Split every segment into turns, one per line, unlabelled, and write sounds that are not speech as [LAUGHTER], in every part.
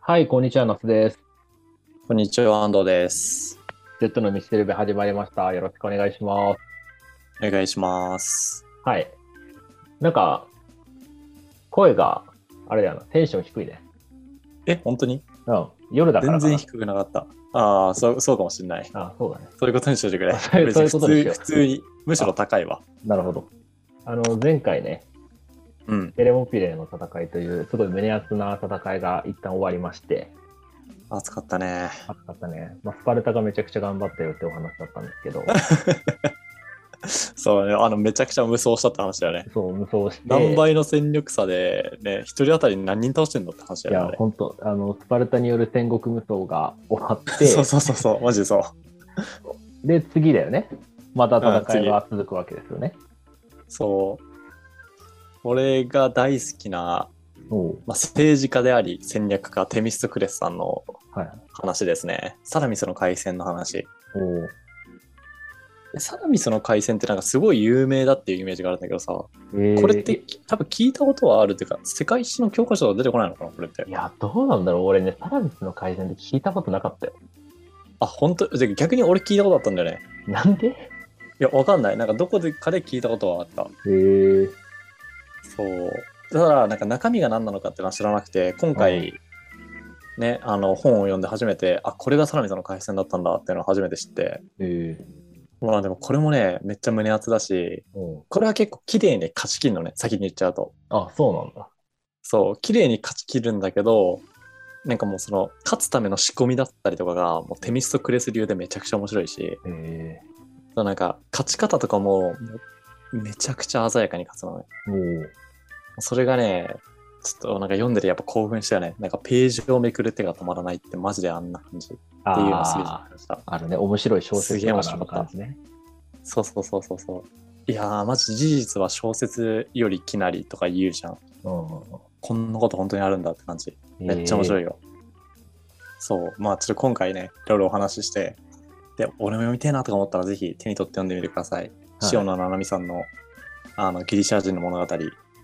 はい、こんにちは、那須です。
こんにちは、安藤です。
Z のミステルベ始まりました。よろしくお願いします。
お願いします。
はい。なんか、声が、あれだよな、テンション低いね。
え、本当に
うん、夜だから
全
か
然
な。
低くなかった。ああ、そうそうかもしれない。
あ、そうだね。
そういうことにしといてくれ。
[LAUGHS] そういうそういうことにしよう
普通普通に、むしろ高いわ。
なるほど。あの、前回ね、
うん。
テレモピレの戦いという、すごい胸熱な戦いが一旦終わりまして、
暑かったね。 [LAUGHS]
熱かったね。まあ、スパルタがめちゃくちゃ頑張ったよってお話だったんです [LAUGHS] けど、
そうね、あの、めちゃくちゃ無双したって話だよね。
そう、無双して。
何倍の戦力差で、ね、一人当たり何人倒してんのって話
い
だよ
や
ね、。
本当あの、スパルタによる戦国無双が終わっ
あ
[LAUGHS]
れ
て、
そうそうそうそう、マジでそう。
で、次だよね。また
うん
戦い
次
が続くわけですよね。
そう。俺が大好きな、
おう
まあ、政治家であり戦略家テミストクレスさんの
はい。
話ですね。サラミスの海戦の話。
おう
でサラミスの海戦ってなんかすごい有名だっていうイメージがあるんだけどさ、こ
えー
れって多分聞いたことはあるっていうか、世界史の教科書は出てこないのかな、これって
い。や、どうなんだろう。俺ね、サラミスの改善って聞いたことなかったよ。
あ、本当で逆に俺聞いたことあったんだよね。
なんでへ
いや、わかんない。なんかどこでかで聞いたことはあった。
え。
そう。ただ、なんか中身が何なのかっていうのは知らなくて、今回、ね、あの本を読んで初めて、あ、これがサラミスの海戦だったんだっていうのを初めて知って、
ええ。
まあでもこれもね、めっちゃ胸熱だし、
うん。
これは結構綺麗に勝ち切るのね、先に言っちゃうと。
あ、そうなんだ。
そう、綺麗に勝ち切るんだけど、なんかもうその、勝つための仕込みだったりとかが、もうテミストクレス流でめちゃくちゃ面白いし、
え
なんか、勝ち方とかも、もうめちゃくちゃ鮮やかに勝つのね。
え。お
それがね、ちょっとなんか読んでてやっぱ興奮したよね。なんかページをめくる手が止まらないってマジであんな感じっていう
あ
のがすげえ
あー、
した。
あるね。面白い小説とかの
すげえ面白かった
あの感じね。
そうそうそうそうそう。いやー、マジ事実は小説よりきなりとか言うじゃん。
うんうん
こんなこと本当にあるんだって感じ。
うん。
めっちゃ面白
い。
いよ。そう、まあちょっと今回ね、いろいろお話しして、で、俺も読みたいなとか思ったら、ぜひ手に取って読んでみてください。塩野七海さんのあのギリシャ人の物語、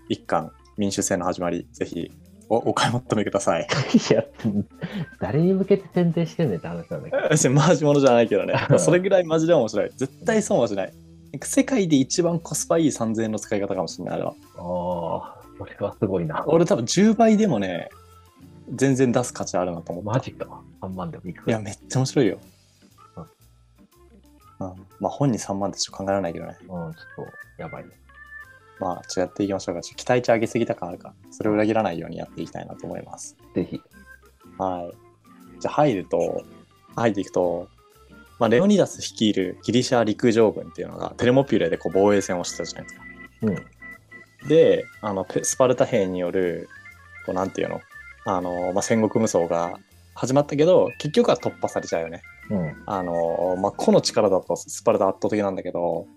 一巻、民主制の始まり、ぜひおお買い求めください。
[LAUGHS] いや、誰に向けて宣伝してんねんって話なんだけど。
別に [LAUGHS] マジものじゃないけどね、 [LAUGHS] それぐらいマジで面白い。絶対損はしない。なんか世界で一番コスパいい3000円の使い方かもしれない、あれは。
ああ、それはすごいな。
俺多分10倍でもね、全然出す価値あるなと思った
マジか。3万でもいく
いや、めっちゃ面白いよ。
うん
うんまあ、本に3万ってちょっと考えられないけどね。
うん、ちょっと、やばいね。
まあ、ちょっとやっていきましょうか。ちょっと期待値上げすぎた感あるから、それを裏切らないようにやっていきたいなと思います。
ぜひ。
はい。じゃあ、入ると、入っていくと、まあ、レオニダス率いるギリシャ陸上軍っていうのが、テレモピュレでこう防衛戦をしてたじゃないですか。
うん。
で、あのペスパルタ兵による、こう、なんていうの、あの、まあ、戦国無双が始まったけど、結局は突破されちゃうよね。
うん。
あのまあ、個の力だとスパルタ圧倒的なんだけど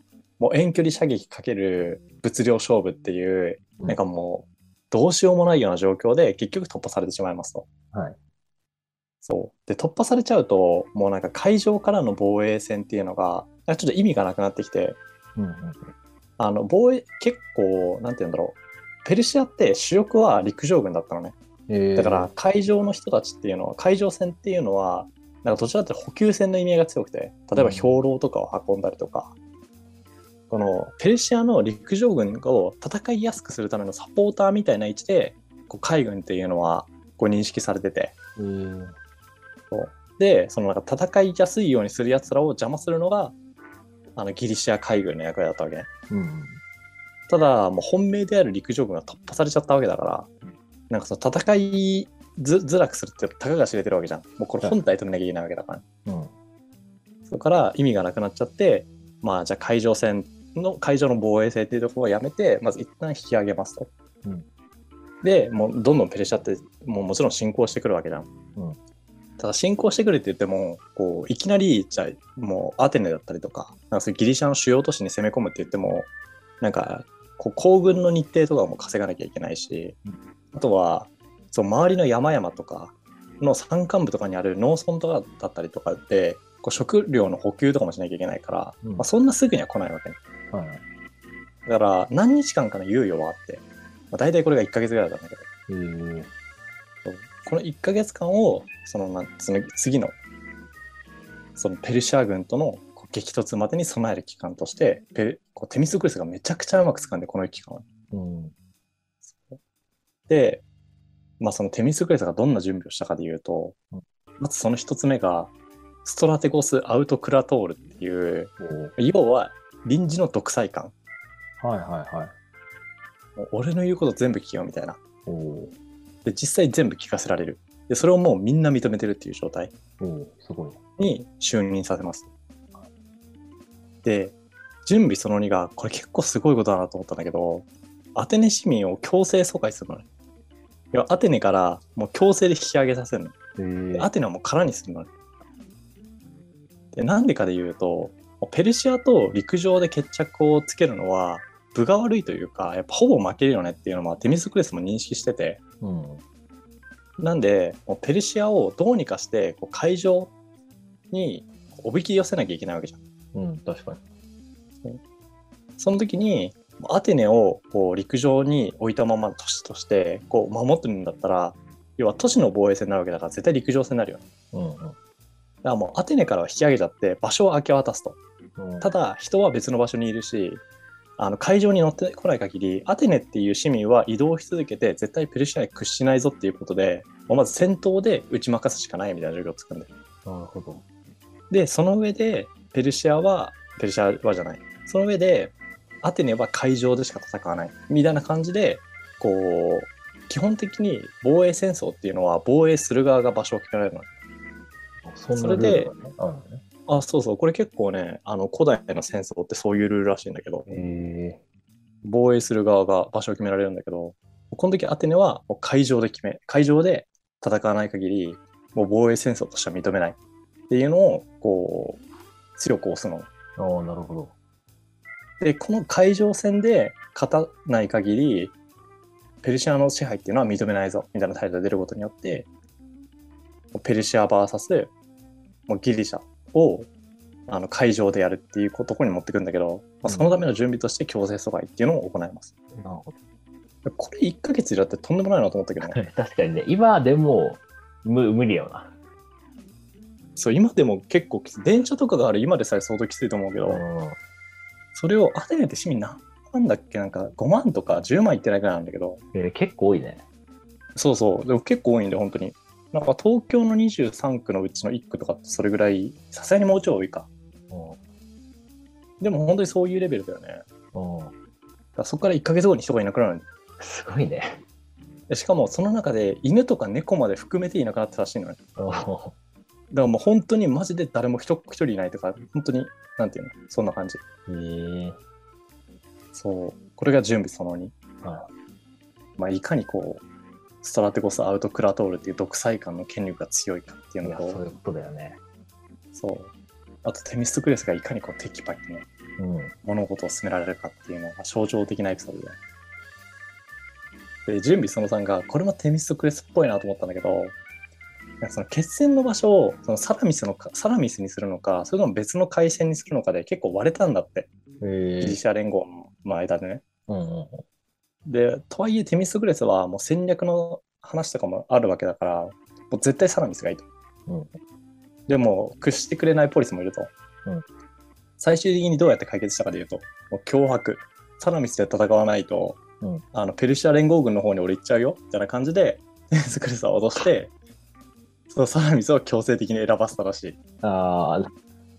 もう遠距離射撃かける物量勝負っていう
うん
なんかもうどうしようもないような状況で結局突破されてしまいますと。
はい
そうで突破されちゃうともうなんか海上からの防衛戦っていうのがなんかちょっと意味がなくなってきて
うんうん。
あの防衛結構なんて言うんだろうペルシアって主力は陸上軍だったのね。
えー
だから、海上の人たちっていうのは海上船っていうのはなんかどちらかというと補給船の意味合いが強くて例えば
うん
兵糧とかを運んだりとか、このペルシアの陸上軍を戦いやすくするためのサポーターみたいな位置でこう海軍っていうのはこう認識されてて
えー
でそのなんか戦いやすいようにするやつらを邪魔するのがあのギリシア海軍の役割だったわけね。
うん。
ただもう本命である陸上軍が突破されちゃったわけだからなんかその戦いづづらくするってたかが知れてるわけじゃんもうこれ本体取らなきゃいけないわけだから、
うん。
それから意味がなくなっちゃってまあじゃあ海上戦の海上の防衛性っていうところをやめてまず一旦引き上げますと、
うん
でもうどんどんペルシャってもうもちろん進行してくるわけじゃん、
うん
ただ進行してくるって言ってもこういきなりじゃあもうアテネだったりとかなんかそういうギリシャの主要都市に攻め込むって言ってもなんかこう行軍の日程とかも稼がなきゃいけないし、
うん
あとはそう周りの山々とかの山間部とかにある農村とかだったりとかってこう食料の補給とかもしなきゃいけないから、
うん
まあ、そんなすぐには来ないわけね
はい。
だから何日間かの猶予はあって、まあ、大体これが1ヶ月ぐらいだったんだけど
えー
そうこの1ヶ月間をそのなんその次のそのペルシャ軍とのこう激突までに備える期間としてペルこうテミスグルスがめちゃくちゃうまく掴んでこの期間を
うん。
で、まあ、そのテミスグレスがどんな準備をしたかでいうと
うん
まずその一つ目がストラテゴス・アウト・クラトールっていう
お
要は臨時の独裁官
はいはいはい。
もう俺の言うこと全部聞けよみたいな
おお
で実際全部聞かせられるでそれをもうみんな認めてるっていう状態
おおすごい。
に就任させます。で準備その2がこれ結構すごいことだなと思ったんだけどアテネ市民を強制疎開するのね。要はアテネからもう強制で引き上げさせるの。
え
で
ー
アテナも空にするのね。でなんでかで言うとペルシアと陸上で決着をつけるのは分が悪いというかやっぱほぼ負けるよねっていうのはテミスクレスも認識してて
うん。
なんでもうペルシアをどうにかしてこう会場におびき寄せなきゃいけないわけじゃん。
うん、確かに。
その時にもうアテネをこう陸上に置いたままの都市としてこう守ってるんだったら要は都市の防衛戦になるわけだから絶対陸上戦になるよね。
うん
だからもうアテネからは引き上げちゃって場所を明け渡すと。
うん。
ただ人は別の場所にいるしあの会場に乗ってこない限りアテネっていう市民は移動し続けて絶対ペルシアに屈しないぞっていうことでもうまず戦闘で打ち負かすしかないみたいな状況を作るんで
なるほど。
でその上でペルシアはペルシアはじゃないその上でアテネは会場でしか戦わないみたいな感じでこう基本的に防衛戦争っていうのは防衛する側が場所を決められるの
そん
そ
な
れ
ル
で
ールがねあるのね。
あそうそうこれ結構ねあの古代の戦争ってそういうルールらしいんだけど
え
防衛する側が場所を決められるんだけどこの時アテネはもう会場で決め会場で戦わない限りもう防衛戦争としては認めないっていうのをこう強く押すの
ー、ああ、なるほど。
でこの海上戦で勝たない限りペルシアの支配っていうのは認めないぞみたいな態度が出ることによってペルシア VS もうギリシャをあの海上でやるっていうところに持ってくんだけど、まあ、そのための準備として強制疎外っていうのを行います。
なるほど。 [LAUGHS]
これ1ヶ月だってとんでもないなと思ったけどね
確かにね、今でも無無理やよな。
そう今でも結構きつい電車とかがある今でさえ相当きついと思うけど、
うん
それをアテネって市民何万だっけなんか5万とか10万いってないぐらいなんだけど
えー結構多いね。
そうそう、でも結構多いんで、本当に。なんか東京の23区のうちの1区とかってそれぐらい、さすがにもうちょい多いか。
うん
でも本当にそういうレベルだよね。だか
うん
らそこから1ヶ月後に人がいなくなるの
すごいね。
でしかもその中で犬とか猫まで含めていなくなってたらしいのね。だ
うん
からもう本当にマジで誰も一人一人いないとか、本当に、なんていうの、そんな感じ。
えー
そう。これが準備その2。
は
まあ、いかにこう、ストラテゴス・アウト・クラトールっていう独裁官の権力が強いかってい
いう
の
や、
と、
そういうことだよね。
そう。あとテミストクレスがいかにこう、テキパキね、
うん。
物事を進められるかっていうのが象徴的なエピソードで。で、準備その3が、これもテミストクレスっぽいなと思ったんだけど、なんかその決戦の場所をそのサラミスのかサラミスにするのか、それとも別の海戦にするのかで結構割れたんだって、
え
ギリシャ連合のまあ間でね。
うんうん
で、とはいえテミストクレスはもう戦略の話とかもあるわけだから、もう絶対サラミスがいいと。
うん
でも、屈してくれないポリスもいると。
うん
最終的にどうやって解決したかでいうと、もう脅迫。サラミスで戦わないと、
うん
あのペルシア連合軍の方に俺行っちゃうよみたいな感じで、テミストクレスは脅して、そのサラミスを強制的に選ばせたらしい。
ああ、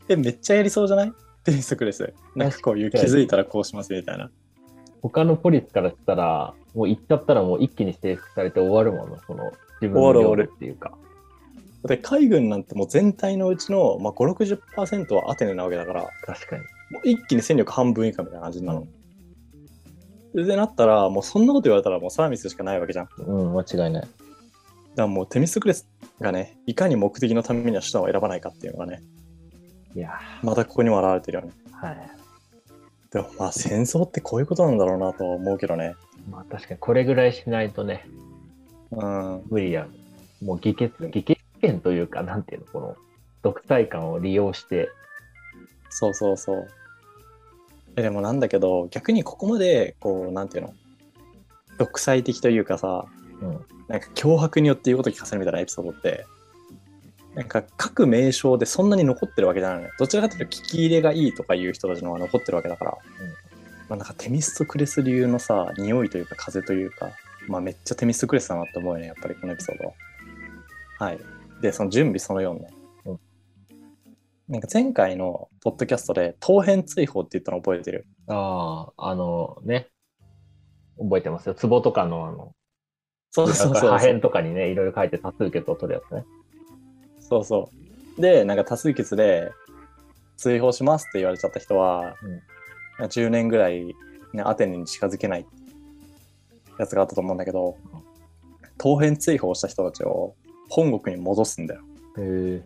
え、めっちゃやりそうじゃないテミストクレス。なんかこういう気づいたらこうしますみたいな。
他のポリスからしたら、もう行っちゃったらもう一気に征服されて終わるもの、その自分の
終わる
領
終
土
わる
っていうか。
で海軍なんてもう全体のうちの、まあ、560%はアテネなわけだから
確かに。
もう一気に戦力半分以下みたいな感じになるの。でなったらもうそんなこと言われたらもうサーミスしかないわけじゃん。だか
うん、間違いない。
らもうテミストクレスがねいかに目的のためには手段を選ばないかっていうのがね
いや
またここにも現れてるよね。
ー、はい。
でもまあ戦争ってこういうことなんだろうなとは思うけどね。
まあ確かにこれぐらいしないとね、
うん
無理やん。もう議決、議決権というか、なんていうの、この独裁感を利用して、
そうそうそう。えでもなんだけど逆にここまでこうなんていうの独裁的というかさ
うん
なんか脅迫によって言うこと聞かせるみたいなエピソードって、なんか各名称でそんなに残ってるわけじゃないのよ。どちらかというと聞き入れがいいとかいう人たちの方が残ってるわけだから、
うん
まあなんかテミストクレス流のさ、匂いというか風というか、まあめっちゃテミストクレスだなって思うよね、やっぱりこのエピソードは。はい。で、その準備その4ね。
うん
なんか前回のポッドキャストで、当編追放って言ったの覚えてる
ああ、あのね、覚えてますよ。壺とかの、あの、
そうそうそうそう
破。片とかにね、いろいろ書いて多数決を取るやつね。
そうそう。で、なんか多数決で追放しますって言われちゃった人は、
うん
なんか10年ぐらい、ね、アテネに近づけないやつがあったと思うんだけど
うん、
当編追放した人たちを本国に戻すんだよ。
へ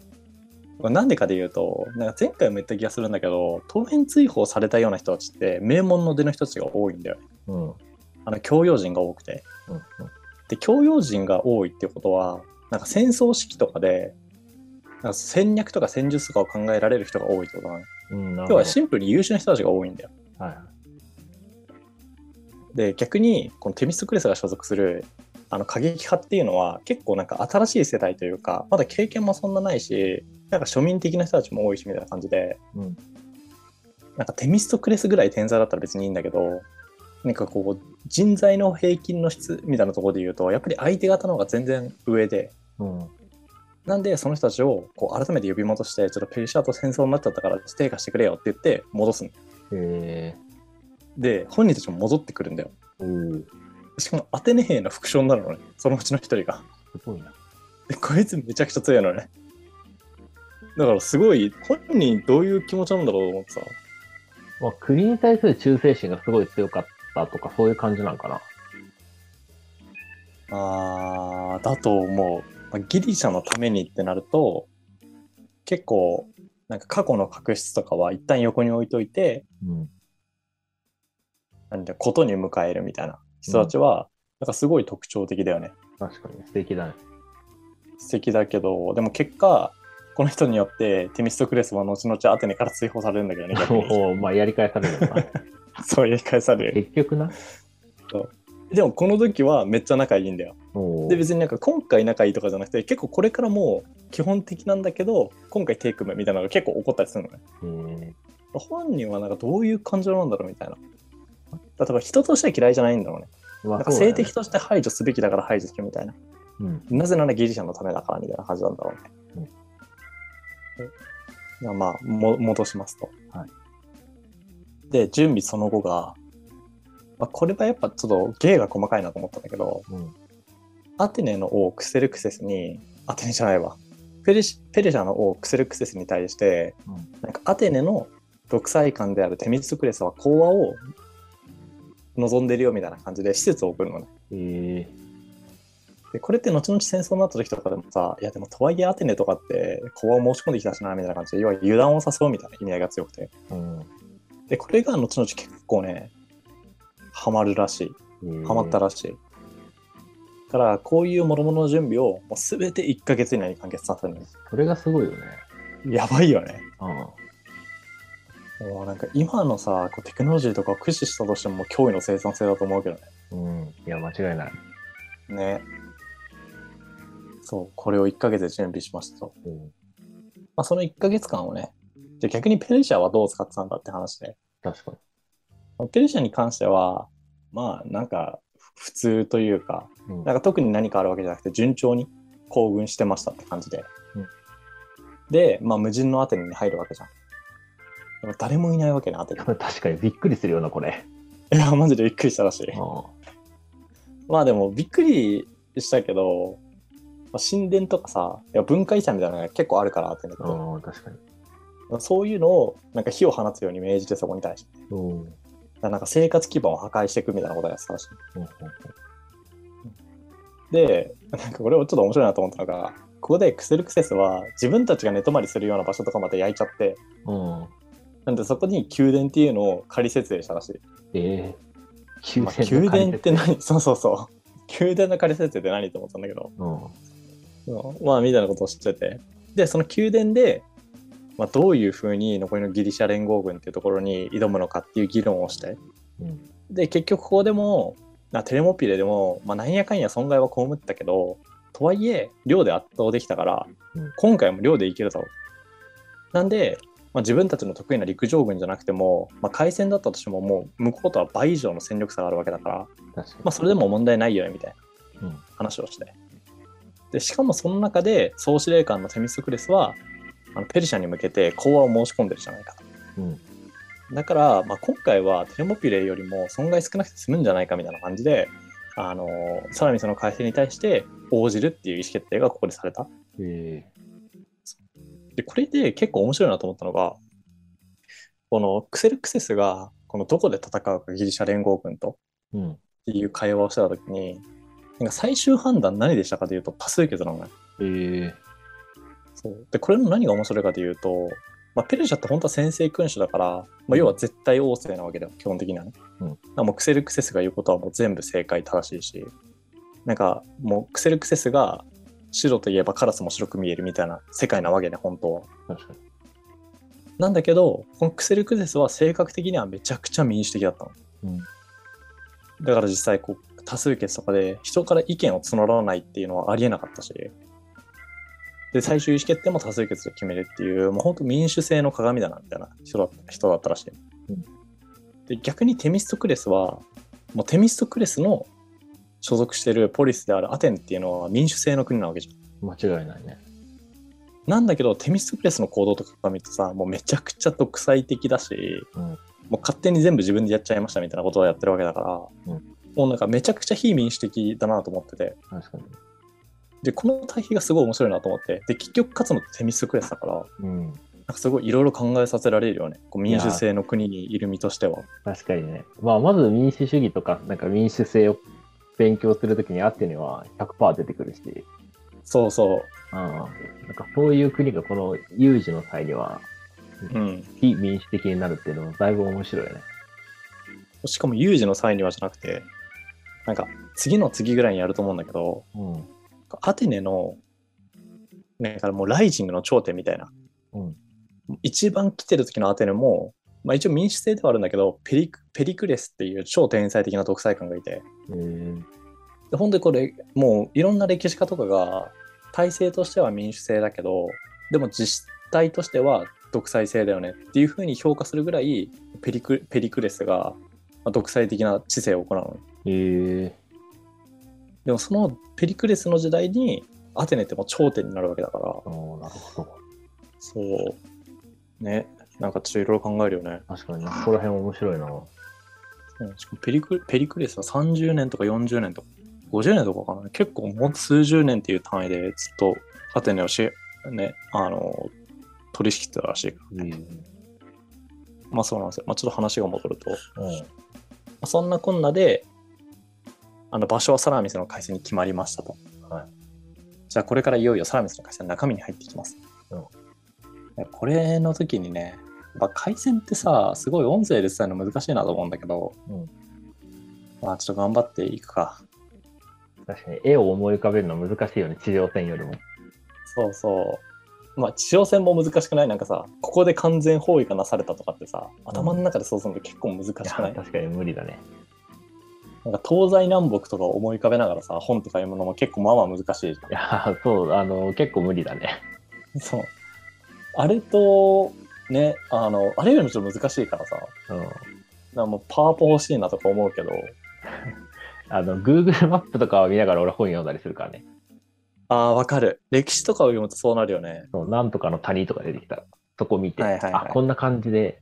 これなんでかで言うと、なんか前回も言った気がするんだけど、当編追放されたような人たちって名門の出の人たちが多いんだよね。
え。うん。うん。
あの教養人が多くて。
うん
で教養人が多いってことはなんか戦争指揮とかでなんか戦略とか戦術とかを考えられる人が多いってことなの
うん。なるほ
要は
ど。
シンプルに優秀な人たちが多いんだよ
はいはい。
で逆にこのテミストクレスが所属するあの過激派っていうのは結構なんか新しい世代というかまだ経験もそんなないしなんか庶民的な人たちも多いしみたいな感じで
うん。
なんかテミストクレスぐらい天才だったら別にいいんだけどなんかこう人材の平均の質みたいなところで言うとやっぱり相手方の方が全然上で
うん。
なんで、その人たちをこう改めて呼び戻して、ちょっとペルシャと戦争になっちゃったから、低下してくれよって言って、戻すの。
へえ。
で、本人たちも戻ってくるんだよ。
うん。
しかも、アテネ兵の副将になるのね、そのうちの一人が。 [LAUGHS]
すごいな。
で、こいつめちゃくちゃ強いのね。だから、すごい、本人どういう気持ちなんだろうと思ってさ。
まあ、国に対する忠誠心がすごい強かったとか、そういう感じなんかな。
あー、だと思う。まあギリシャのためにってなると、結構、なんか過去の確執とかは一旦横に置いといて、
うん。
なんで、ことに迎えるみたいな人たちは、なんかすごい特徴的だよね。
確かに素敵だね。
素敵だけど、でも結果、この人によってテミストクレスは後々アテネから追放されるんだけどね、逆に
おお、まあ、やり返されるよ
[LAUGHS]
な。
そうやり返される。
結局な。
でもこの時はめっちゃ仲いいんだよ。
おお
で、。別になんか今回仲いいとかじゃなくて、結構これからもう基本的なんだけど、今回テイクメンみたいなのが結構起こったりするの
へ
ね。本人はなんかどういう感情なんだろうみたいな。例えば人としては嫌いじゃないんだろうね。
えま
なん
あ
か
そうだ
性
よね
的として排除すべきだから排除するみたいな。
うん。
なぜならギリシャのためだからみたいな感じなんだろうね。でまあも、戻しますと。
は
で、準備その後が、まあ、これはやっぱちょっと芸が細かいなと思ったんだけど、
うん。
アテネの王クセルクセスに、アテネじゃないわ、ペルシペルシャの王クセルクセスに対して、
うん
なんかアテネの独裁官であるテミストクレスは講和を望んでるよみたいな感じで施設を送るのね。
へえ。
でこれって後々戦争になった時とかでもさ、いやでもとはいえアテネとかって講和を申し込んできたしなみたいな感じで、要は油断を誘うみたいな意味合いが強くて。
うん。
で、これが後々結構ね、ハマるらしい。ハマった
ら。
らしい。だから、こういう諸々の準備をもう全て1ヶ月以内に完結させるの
それがすごいよね。
やばいよね。
うん。
もうなんか今のさ、こうテクノロジーとかを駆使したとしてももう脅威の生産性だと思うけどね。
うん、いや、間違いない。
ね。そう、これを1ヶ月で準備しましたと。
うん、
まあ、その1ヶ月間をね、じゃあ逆にペルシャはどう使ってたんだって話で、
確かに。
ペルシャに関しては、まあなんかふ普通というか、
うん
なんか特に何かあるわけじゃなくて、順調に行軍してましたって感じで。
うん
で、まあ無人のアテネに入るわけじゃん。でも誰もいないわけね、アテ
か [LAUGHS] 確かにびっくりするよな、これ。
ネ。 [LAUGHS] いや、マジでびっくりしたらしい。
う
まあでもびっくりしたけど、まあ神殿とかさ、いや文化遺産みたいなのが結構あるから、アテネって。
ん、うん、確かに。
そういうのをなんか火を放つように命じて、そこに対して。
うん、うん、
だからなんか生活基盤を破壊していくみたいなことをやってたらしい。
うん
で、なんかこれをちょっと面白いなと思ったのが、ここでクセルクセスは自分たちが寝泊まりするような場所とかまで焼いちゃって、
うん。
なんでそこに宮殿っていうのを仮設営したらしい。
ええ
まあ宮殿って何そうそうそう。宮殿の仮設営って何と思ったんだけど、
うん、
うんまあみたいなことを知ってて。で、その宮殿で、まあ、どういうふうに残りのギリシャ連合軍っていうところに挑むのかっていう議論をして、
うん、
で結局ここでもなテレモピレでも、まあ、なんやかんや損害は被ったけど、とはいえ、量で圧倒できたから、
うん
今回も量でいけるだろう。なんで、まあ、自分たちの得意な陸上軍じゃなくても、まあ、海戦だったとしても、もう向こうとは倍以上の戦力差があるわけだから、
確かに。
まあ、それでも問題ないよねみたい
うん
な話をして。で、しかもその中で、総司令官のテミスクレスは、あのペルシャに向けて講和を申し込んでるじゃないかと。
うん。
だから、まあ、今回はテレモピュレよりも損害少なくて済むんじゃないかみたいな感じで、あのさらにその改正に対して応じるっていう意思決定がここでされた。
え
で、これで結構面白いなと思ったのが、このクセルクセスが、このどこで戦うかギリシャ連合軍と
ーうん。
っていう会話をしてたときに、なんか最終判断何でしたかというと多数決なのね。
えー
そうでこれの何が面白いかというと、まあ、ペルシャって本当は先制君主だから、まあ、要は絶対王政なわけだよ基本的にはね、
うん
だからもうクセルクセスが言うことはもう全部正解正しいしなんかもうクセルクセスが白といえばカラスも白く見えるみたいな世界なわけね本当は
確かに。
なんだけどこのクセルクセスは性格的にはめちゃくちゃ民主的だったの
うん。
だから実際こう多数決とかで人から意見を募らないっていうのはありえなかったしで最終意思決定も多数決で決めるっていうもう本当民主制の鏡だなみたいな人だった人だったらしい、
うん
で逆にテミストクレスはもうテミストクレスの所属してるポリスであるアテンっていうのは民主制の国なわけじゃん
間違いないね。
なんだけどテミストクレスの行動とか見るとさもうめちゃくちゃ独裁的だし、
うん
もう勝手に全部自分でやっちゃいましたみたいなことをやってるわけだから、
うん
もうなんかめちゃくちゃ非民主的だなと思ってて
確かに。
でこの対比がすごい面白いなと思ってで結局勝つのってテミストクレスだからなん
うん。
かすごいいろいろ考えさせられるよねこう民主制の国にいる身としては
確かにね。まあ、まず民主主義とか、なんか民主制を勉強するときにあってには100%出てくるし、
そうそ
ああなんかそういう国がこの有事の際には
う、うん、
非民主的になるっていうのもだいぶ面白いよね。
しかも有事の際にはじゃなくてなんか次の次ぐらいにやると思うんだけど
う。
アテネのなんかもうライジングの頂点みたいなん
うん。
一番来てる時のアテネも、まあ、一応民主制ではあるんだけどペリクペリクレスっていう超天才的な独裁官がいて
えー、
で本当にこれもういろんな歴史家とかが体制としては民主制だけどでも実態としては独裁制だよねっていうふうに評価するぐらいペリクペリクレスがまあ独裁的な知性を行うの
えー、
でもそのペリクレスの時代にアテネってもう頂点になるわけだから
ああなるほど。
そうねなんかちょっといろいろ考えるよね
確かに、ここら辺面白いな。
うんしかもペリクペリクレスは30年とか40年とか50年とかかな結構もう数十年っていう単位でずっとアテネをし、ね、あの取り仕切ってたらしいからね、まあそうなんですよ、まあ、ちょっと話が戻ると、ま
うん。
あそんなこんなであの場所はサラミスの改正に決まりましたと、
はい
じゃあこれからいよいよサラミスの改正の中身に入っていきます、
うん
でこれの時にねやっぱ回線ってさすごい音声で伝えるの難しいなと思うんだけど、
うん
まあちょっと頑張っていくか
確かに、絵を思い浮かべるの難しいよね、地上戦よりも。
そうそう。まあ、地上戦も難しくないなんかさ、ここで完全包囲がなされたとかってさ、頭の中で想像するの結構難しくない、
確かに無理だね。
なんか東西南北とかを思い浮かべながらさ、本とかいうものも結構まあまあ難しいじ
いやー、そう、あの、結構無理だね。
ゃん。そう。あれと、ね、あの、あれよりもちょっと難しいからさ、
うん。
なんかもうパワーポ欲しいなとか思うけど、
あの、Google マップとかを見ながら俺本読んだりするからね。
ああ、わかる。歴史とかを読むとそうなるよね。
そう、なんとかの谷とか出てきたら、そこ見て、
はいはいはい
あ、こんな感じで、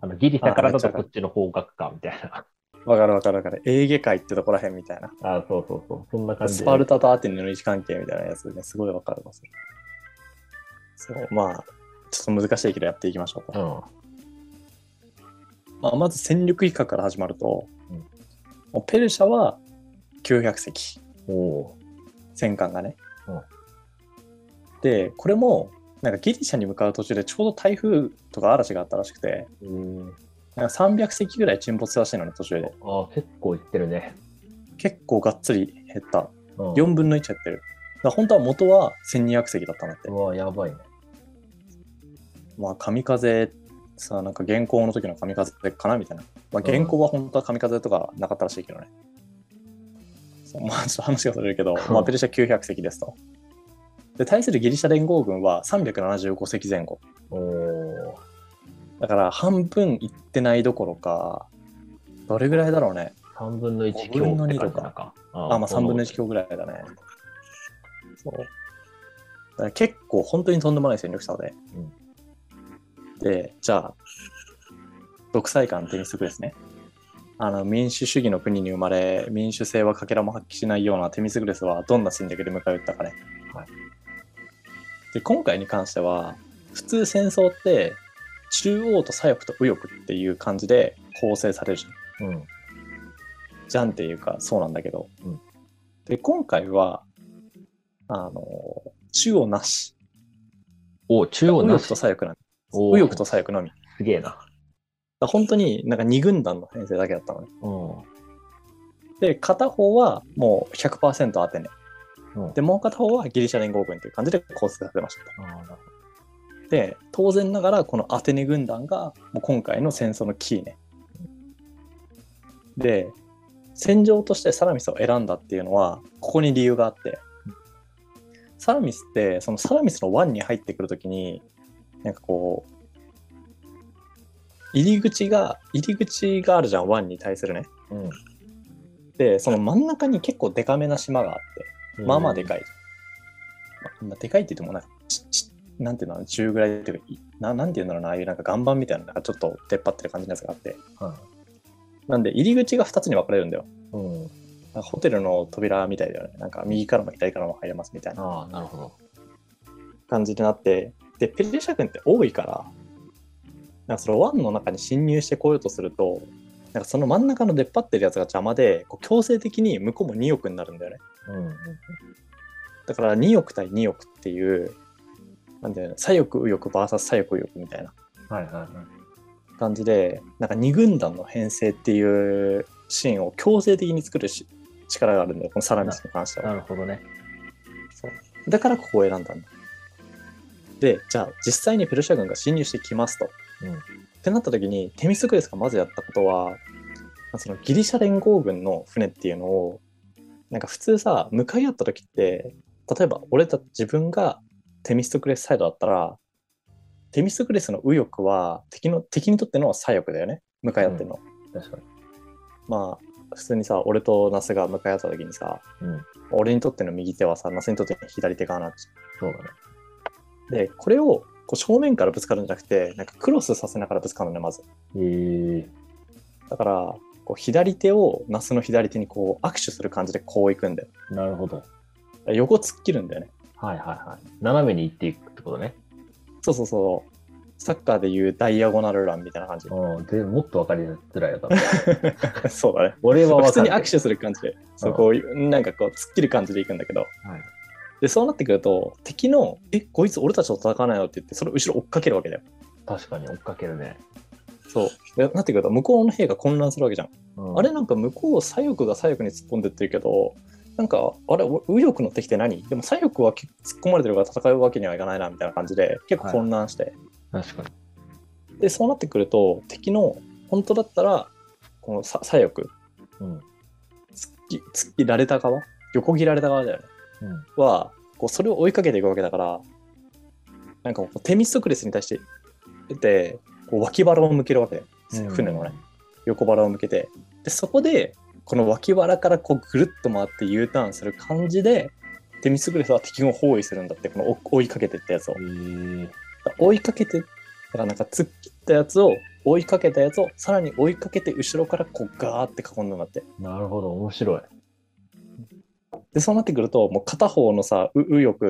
あのギリシャからだ
あめっち
と
ゃわか
こ
る
っちの方角か、みたいな。
わかるわかるわかる。エーゲ海ってとこらへんみたいな。
あ、そうそうそう、そんな感じ
ス
で。
パルタとアテネの位置関係みたいなやつね、すごいわかります。そう、まあ、ちょっと難しいけどやっていきましょう
う
と。
ん。
まあ、まず戦力比較から始まると、
うん
もうペルシャは900隻、
おお
戦艦がね。
うん
で、これも、なんかギリシャに向かう途中でちょうど台風とか嵐があったらしくて、
ー。うん。
なんか300隻ぐらい沈没らしいのね、途中で。
あ、結構いってるね。
結構がっつり減った。
うん。
4分の1減ってる。だから本当は元は1200隻だったんだって
う。わ、やばいね。
まあ、神風さ、なんか原稿の時の神風かなみたいな。まあ、
うん
原稿は本当は神風とかなかったらしいけどね。まあちょっと話がそれるけど、まあ、ペルシャ900隻ですと。で、対するギリシャ連合軍は375隻前後。
おお。
だから半分いってないどころか、どれぐらいだろうね。
3分の1
五
強
分の
って
二
感
とか
じなんか。あ
あ、まあ3分の1強ぐらいだね。そう。だから結構本当にとんでもない戦力差で。
うん
で、じゃあ、独裁官テニス部ですね。あの民主主義の国に生まれ、民主性はかけらも発揮しないようなテミスグレスはどんな戦略で迎え撃ったかね。
はい
で、今回に関しては、普通戦争って、中央と左翼と右翼っていう感じで構成されるじゃん
うん。
じゃんっていうかそうなんだけど、
うん
で今回はあの中央なし
お中央
右
な
翼
し
と。左翼なの
おー
右翼と左翼のみだか
すげえな。
ら本当になんか二軍団の編成だけだったのね
うん。うん
で片方はもう100%アテネでもう片方はギリシャ連合軍という感じで構成されました
あーなるほど
で当然ながらこのアテネ軍団がもう今回の戦争のキーねで戦場としてサラミスを選んだっていうのはここに理由があってサラミスってそのサラミスの湾に入ってくるときになんかこう入り口が入り口があるじゃん湾に対するね
うん
でその真ん中に結構デカめな島があってまあまあで
い。
かい。まあ、でかいって言ってもなんかちちなんていうの、中ぐらいというか、いななんていうんだろうな、ああいうなんか岩盤みたいな、なんかちょっと出っ張ってる感じのやつがあって。
は
なんで、入り口が2つに分かれるんだよ。
うん。
なんかホテルの扉みたいだよね。なんか右からも左からも入れますみたいな
ああ、なるほど。
感じになって。で、ペルシャ軍って多いから、なんかその湾の中に侵入してこようとすると、なんかその真ん中の出っ張ってるやつが邪魔で、こう強制的に向こうも2億になるんだよね。
うん。
だから2億対2億っていう、なんていうの左翼右翼 VS 左翼右翼みたいな
はいはいはい。
感じで、なんか2軍団の編成っていうシーンを強制的に作るし力があるんだよ、このサラミスに関しては。
なるほどね。
そうだからここを選んだんだ。で、じゃあ実際にペルシャ軍が侵入してきますと。
うん
ってなった時に、テミスクレスがまずやったことは、まあそのギリシャ連合軍の船っていうのを、なんか普通さ、向かい合った時って、例えば俺たち自分がテミスクレスサイドだったら、テミスクレスの右翼は敵の敵にとっての左翼だよね、向かい合ってるの。
確かに。
まあ、普通にさ、俺とナスが向かい合った時にさ、
うん。
俺にとっての右手はさ、ナスにとっての左手かなって。
そうだね。
でこれをこう正面からぶつかるんじゃなくてなんかクロスさせながらぶつかるのねまず
へえ。
だからこう左手をナスの左手にこう握手する感じでこういくんだよ
なるほど。
横突っ切るんだよね
はいはいはい。斜めに行っていくってことね。
そうそうそうサッカーでいうダイアゴナルランみたいな感じ [LAUGHS]
うん。で、もっとわかりづらいよ、多分。 [LAUGHS]
そうだね
俺は
普
わ
通
か
に
る。
握手する感じでそうこういうなんかこう突っ切る感じでいくんだけど
はい。
でそうなってくると敵の「えこいつ俺たちと戦わないの?」って言ってその後ろ追っかけるわけだよ
確かに追っかけるね。
そうでなってくると向こうの兵が混乱するわけじゃん
うん
あれなんか向こう左翼が左翼に突っ込んでってるけどなんかあれお右翼の敵って何でも左翼は結突っ込まれてるから戦うわけにはいかないなみたいな感じで結構混乱して、
確か
でそうなってくると敵の本当だったらこのさ左翼
に。うん。
突っ切突っ切られた側横切られた側だよね
うん。
はこうそれを追いかけていくわけだからなんかこうテミストクレスに対してでこう脇腹を向けるわけだよ船のね、横腹を向けてでそこでこの脇腹からこうぐるっと回って U ターンする感じでテミスグレスは敵を包囲するんだってこの追追いかけてったやつを
うん。へえ。
追いかけてだからなんか突っ切ったやつを追いかけたやつをさらに追いかけて後ろからこうガーって囲んだんだって
なるほど、面白い。
でそうなってくるともう片方のさう右翼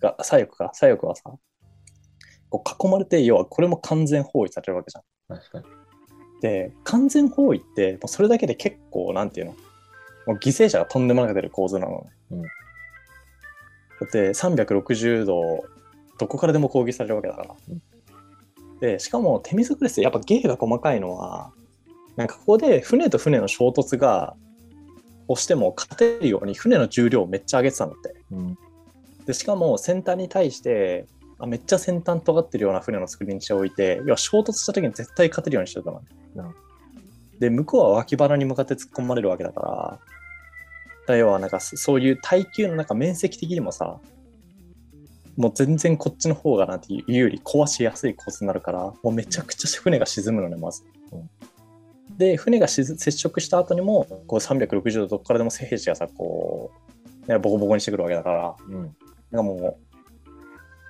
が左翼か左翼はさこう囲まれて要はこれも完全包囲されるわけじゃん
確かに。
で完全包囲ってもうそれだけで結構なんていうのもう犠牲者がとんでもなく出る構図なのね、
うん
だって360度どこからでも攻撃されるわけだから、
うん
でしかもテミスクレスってやっぱ芸が細かいのはなんかここで船と船の衝突が押しても勝てるように船の重量をめっちゃ上げてたんだって
うん。
でしかも先端に対してあめっちゃ先端尖ってるような船の作りにしておいて要は衝突した時に絶対勝てるようにしてたのね
なるほ
で向こうは脇腹に向かって突っ込まれるわけだからだ要はなんかそそういう耐久のなんか面積的にもさもう全然こっちの方がなんていうより壊しやすいコースになるからもうめちゃくちゃ船が沈むのねまず。で船が沈接触した後にもこう360度どこからでも性質がさこう、ね、ボコボコにしてくるわけだから
うん。
なんかも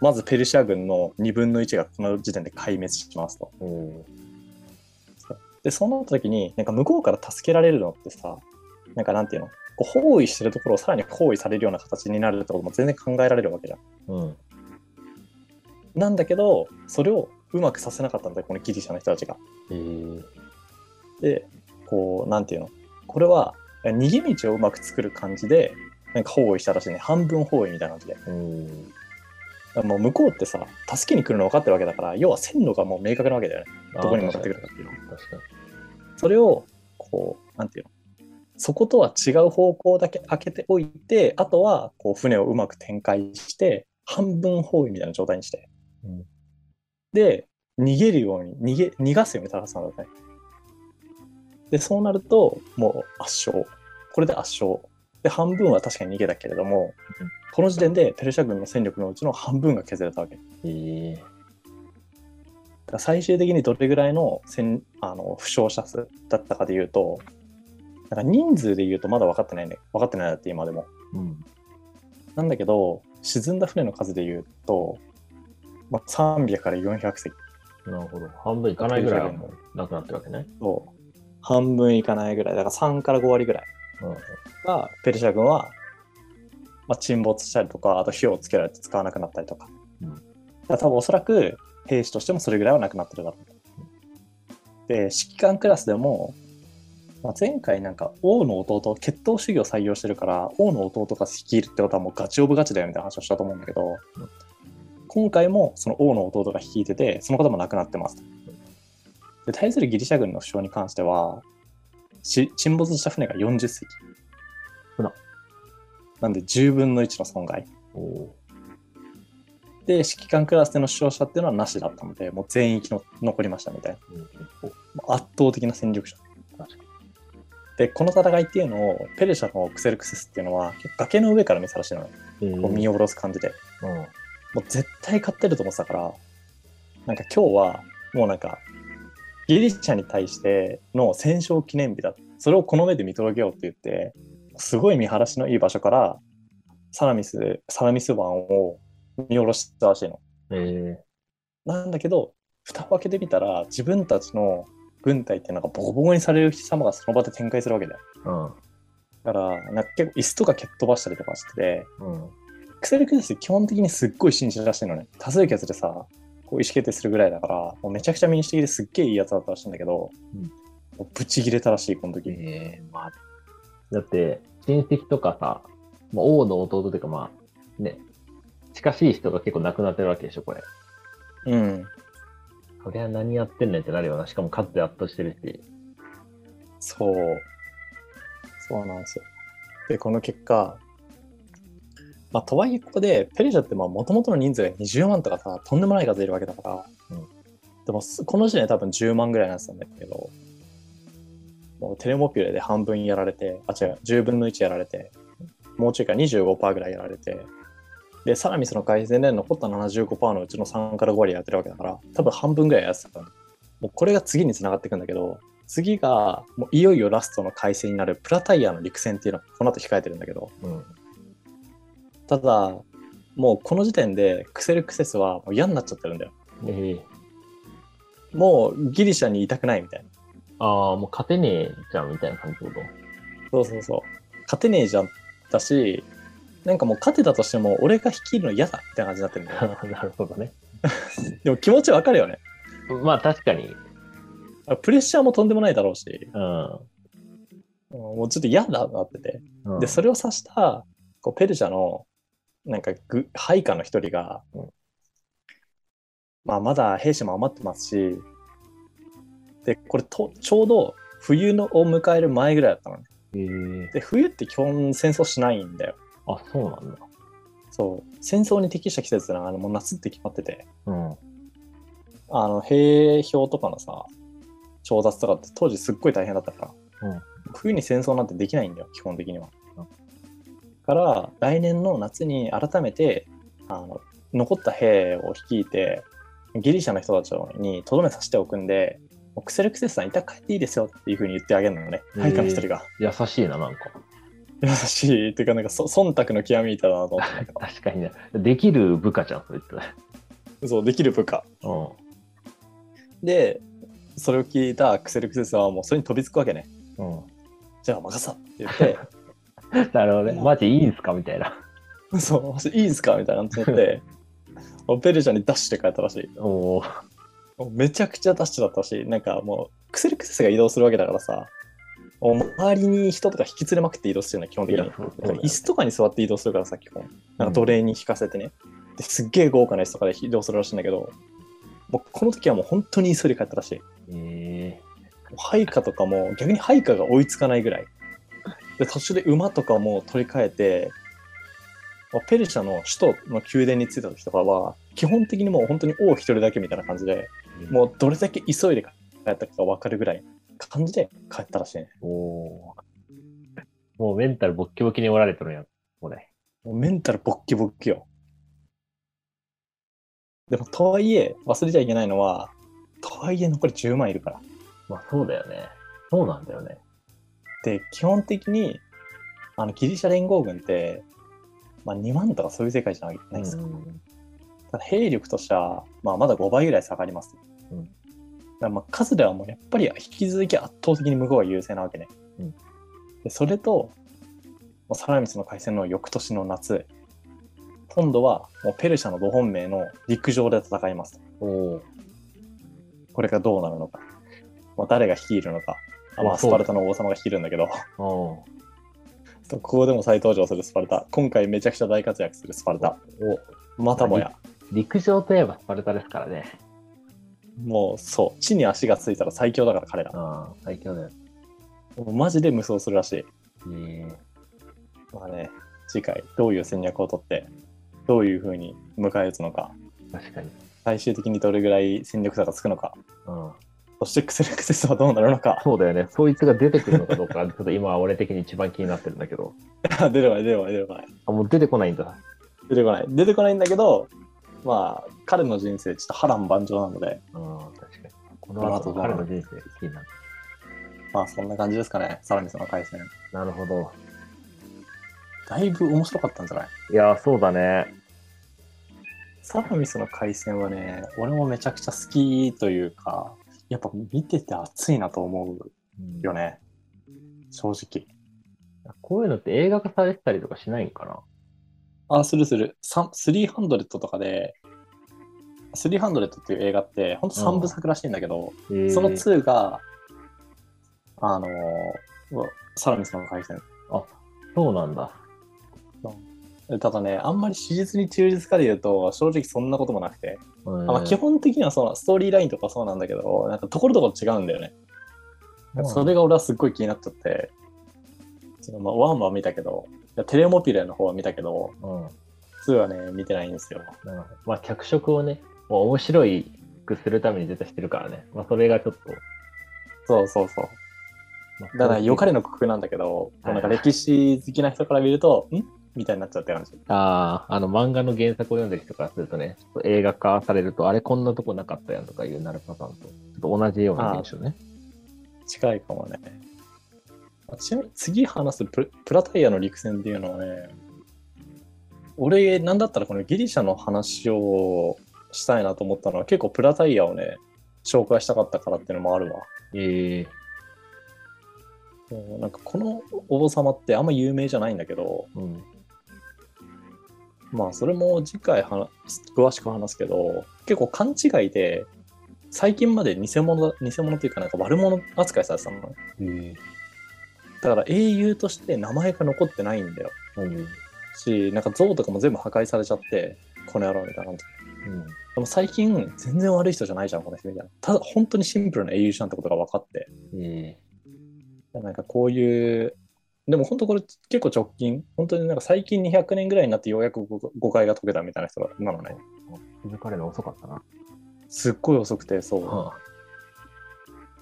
うまずペルシア軍の2分の1がこの時点で壊滅しますと。
うん。
でそうなった時になんか向こうから助けられるのってさなんかなんていうのこう包囲してるところをさらに包囲されるような形になるってことも全然考えられるわけじゃん。
うん。
なんだけどそれをうまくさせなかったんだよこのギリシャの人たちが。
えー、
でこうなんていうのこれはえ逃げ道をうまく作る感じでなんか包囲したらしいね半分包囲みたいな感じで。
うん。
もう向こうってさ助けに来るの分かってるわけだから要は線路がもう明確なわけだよね。どこに向かってくるかっていうの
あー確かに。
それをこうなんていうのそことは違う方向だけ開けておいてあとはこう船をうまく展開して半分包囲みたいな状態にして、
うん
で逃げるように逃げ逃がすように高さなんだねでそうなるともう圧勝これで圧勝で半分は確かに逃げたけれども、
うん
この時点でペルシャ軍の戦力のうちの半分が削れたわけ
確かに。えー
だから最終的にどれぐらいの戦あの負傷者数だったかでいうと、なんか人数でいうとまだ分かってないね。分かってないんだって今でも。
うん。
なんだけど、沈んだ船の数でいうと、まあ、300から400隻
なるほど。半分いかないぐらいはもうなくなってるわけね。
と、半分いかないぐらい、だから3から5割ぐらいが、ペルシャ軍は、まあ、沈没したりとか、あと火をつけられて使わなくなったりとか。
うん
だから多分おそらく兵士としてもそれぐらいはなくなってるだろう。で、指揮官クラスでも、まあ、前回なんか王の弟、血統主義を採用してるから、王の弟が率いるってことはもうガチオブガチだよみたいな話をしたと思うんだけど、今回もその王の弟が率いてて、その方も亡くなってます。で、対するギリシャ軍の負傷に関しては、し沈没した船が40隻。
ほら
なんで10分の1の損害。
うん。お
で、指揮官クラスでの負傷者っていうのはなしだったので、もう全域の残りましたみたいな。
ー
もう圧倒的な戦力者
確か。
で、この戦いっていうのを、ペルシャのクセルクセスっていうのは、崖の上から見せたらしいのよ。
えー
こう見下ろす感じで。
うん。
もう絶対勝ってると思ってたから、なんか今日は、もうなんか、ギリシャに対しての戦勝記念日だ。それをこの目で見届けようって言って、すごい見晴らしのいい場所から、サラミス、サラミス湾を見下ろしたらしいの。
え
なんだけど、蓋を開けてみたら、自分たちの軍隊ってなんかボコボコにされる人様がその場で展開するわけだよ。
ー
だから、なんか結構椅子とか蹴っ飛ばしたりとかしてて、
うん。うん。
クセルクセスって基本的にすっごい紳士らしいのね。多数決でさ、こう意思決定するぐらいだから、もうめちゃくちゃ民主的ですっげえいいやつだったらしいんだけど、
うん
もうブチ切れたらしい、この時。
ええまあ、だって、親戚とかさ、まあ、王の弟というか、まあ、ね、近しい人が結構亡くなってるわけでしょ、これ。
うん。
そりゃ何やってんねんってなるよな。しかも、かつて圧倒してるし。
そう。そうなんですよ。で、この結果、まあ、とはいえここで、ペルシャってもともとの人数が20万とかさ、とんでもない数いるわけだから、
うん
でもすこの時点で多分10万ぐらいのやつなんだけど、もうテレモピュレで半分やられて、あ、違う、10分の1やられて、もうちょいか25%ぐらいやられて、で、サラミスの改善で残った75%のうちの3から5割やってるわけだから、多分半分ぐらいやってたんだもうこれが次につながっていくんだけど、次がもういよいよラストの改正になるプラタイヤの陸戦っていうのがこの後控えてるんだけど
うん。
ただもうこの時点でクセルクセスはもう嫌になっちゃってるんだよ
ええ
もうギリシャにいたくないみたいな
ああ、もう勝てねえじゃん、みたいな感じってこと。
そうそうそう勝てねえじゃんだしなんかもう勝てたとしても俺が率いるの嫌だみたいな感じになってるんだよ
[LAUGHS] なるほどね。
でも気持ちわかるよね
まあ、確かに。
プレッシャーもとんでもないだろうし
うん。
うんもうちょっと嫌だなってて
うん
で、それを指した、こう、ペルシャの、なんかぐ、配下の一人が、
うん
まあ、まだ兵士も余ってますし、で、これと、ちょうど冬のを迎える前ぐらいだったのね。
ええ
で、冬って基本戦争しないんだよ。
あ、そうなんだ。
そう。戦争に適した季節ってのは、あのもう夏って決まってて、
うん。
あの、兵票とかのさ、調達とかって当時すっごい大変だったから、
うん
冬に戦争なんてできないんだよ、基本的には
うん。
から来年の夏に改めてあの残った兵を率いてギリシャの人たちにとどめさせておくんでもうクセルクセスさん一旦帰っていいですよっていうふうに言ってあげるのね
へー
配下の一人が
優しいな、なんか。
優しいっていうかなんかそ忖度の極みみたいだなと思ってなんか
確かにね。できる部下じゃん、それって。 [LAUGHS]
そうできる部下
うん。
でそれを聞いたクセルクセスはもうそれに飛びつくわけね
う
じゃあ任せたって
[LAUGHS]
言って
ん。 [LAUGHS] なるほどね。マジいいんすかみたいな。
そう、いいんすかみたいな感じになって、もうペルシャにダッシュで帰ったらしい。
おお。
もうめちゃくちゃダッシュだったし、なんかもう、クセルクセスが移動するわけだからさ、もう周りに人とか引き連れまくって移動してるの、基本的
い
に
やそう。
なんか椅子とかに座って移動するからさ、基本。なんか奴隷に引かせてね。ですっげえ豪華な椅子とかで移動するらしいんだけど、もうこの時はもう本当に急いで帰ったらしい。
え
配下とかも逆に配下が追いつかないぐらいで途中で馬とかも取り替えてまあペルシャの首都の宮殿に着いた時とかは基本的にもう本当に王一人だけみたいな感じで
え
もうどれだけ急いで帰ったか分かるぐらい感じで帰ったらしいね
う。おお。もうメンタルボッキボキにおられてるやん。これ。
もうメンタルボッキボッキよでもとはいえ忘れちゃいけないのはとはいえ残り10万いるから
まあそうだよね。そうなんだよね。
で基本的にあのギリシャ連合軍って、まあ、2万とかそういう世界じゃないですか、
うん
ただ兵力としては、まあ、まだ5倍ぐらい下がります、
うん
だからまあ数ではもうやっぱり引き続き圧倒的に向こうが優勢なわけね、
うん
でそれともうサラミスの海戦の翌年の夏今度はもうペルシャの5本命の陸上で戦います
おお。
これがどうなるのか、まあ、誰が率いるのか、あま
まあ
あ、
そ
ス
う
パ
だ
ルタの王様が率いるんだけど
おー
ここでも再登場するスパルタ。今回めちゃくちゃ大活躍するスパルタ。
お。
またもや、
陸上といえばスパルタですからね。
もうそう、地に足がついたら最強だから彼ら。
ああ、最強だよ。
もうマジで無双するらしい。
ええ。
まあね、次回どういう戦略をとって、どういうふうに迎え撃つのか、
確かに。
最終的にどれぐらい戦力差がつくのか、
うん。
そしてクセルクセスはどうなるのか。 [LAUGHS]
そうだよね。そいつが出てくるのかどうか、ち [LAUGHS] ょっと今は俺的に一番気になってるんだけど。
出てこない、出てこない、出てこない。
あ、もう出てこないんだ。
出てこない。出てこないんだけど、まあ、彼の人生、ちょっと波乱万丈なので、
うん、確かに。こ
こ
の
の
後の
後どうな
彼
る
の人生気になる。
まあ、そんな感じですかね、サラミスの回戦。
なるほど。
だいぶ面白かったんじゃない
いやー、そうだね。
サラミスの回線はね、俺もめちゃくちゃ好きというか、やっぱ見てて熱いなと思う
うん
よね。正直。
こういうのって映画化されてたりとかしないんかな
あ、するする。さん300とかで、300っていう映画って、ほんと3部作らしいんだけど、その
つ
2が、あのーうわサラミスの回線。
そうなんだ。
ただね、あんまり史実に忠実かで言うと、正直そんなこともなくて、
うん
あまあ、基本的にはそうなストーリーラインとかそうなんだけど、なんかところどころ違うんだよね。それが俺はすっごい気になっちゃって、そのまあ、ワンは見たけど、いやテレモピレの方は見たけど、
うん、
2はね、見てないんですよ。
なるほどまあ、脚色をね、もう面白くするために絶対してるからね。まあ、それがちょっと。
そうそうそう。
まあ
だから、良かれの工夫なんだけど、
はい
なんか歴史好きな人から見ると、んみたいになっちゃって感じ。
ああ、あの、漫画の原作を読んでる人からするとね、ちょっと映画化されると、あれこんなとこなかったやんとかいうなるパターンと、ちょっと同じような現象ね。
近いかもね。あちなみに次話すププラタイヤの陸戦っていうのはね、俺、なんだったらこのギリシャの話をしたいなと思ったのは、結構プラタイヤをね、紹介したかったからっていうのもあるわ。
ええ
うんなんかこの王様ってあんま有名じゃないんだけど、
うん。
まあそれも次回話す詳しく話すけど、結構勘違いで、最近まで偽物だ、偽物というかなんか悪者扱いされてたのね。
え
だから英雄として名前が残ってないんだよ。
えうん。
し、なんか像とかも全部破壊されちゃって、この野郎みたいな感じ。でも最近全然悪い人じゃないじゃん、この人みたいな。ただ本当にシンプルな英雄じゃんってことが分かって。
うん。え
なんかこういう、でも本当これ結構直近、本当になんか最近200年ぐらいになってようやく誤誤解が解けたみたいな人がなのね。
え気づかれるの遅かったな。
すっごい遅くて、そ
は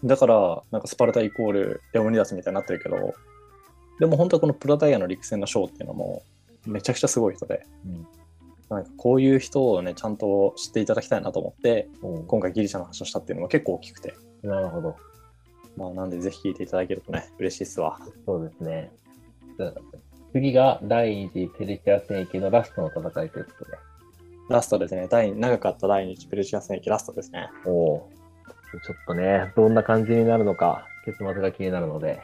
う。だから、なんかスパルタイコールレオニダスみたいになってるけど、でも本当はこのプラダイヤの陸戦のショーっていうのもめちゃくちゃすごい人で、
うん
なんかこういう人をねちゃんと知っていただきたいなと思って
うん
今回ギリシャの話をしたっていうのも結構大きくて、
なるほど。
まあ、なんでぜひ聞いていただけるとね嬉しいっすわ
そうですね。じゃあ次が第二次ペルシア戦役のラストの戦いということで。
ラストですね第長かった第2次ペルシア戦役ラストですね
おおー。ちょっとね、どんな感じになるのか、結末が気になるので、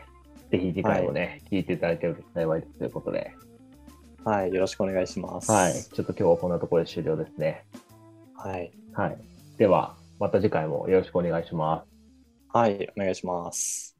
ぜひ次回もね、聞いていただけると幸いですということで。
はいよろしくお願いします
はい。ちょっと今日はこんなところで終了ですね。
はい、
はい。では、また次回もよろしくお願いします。
はい、お願いします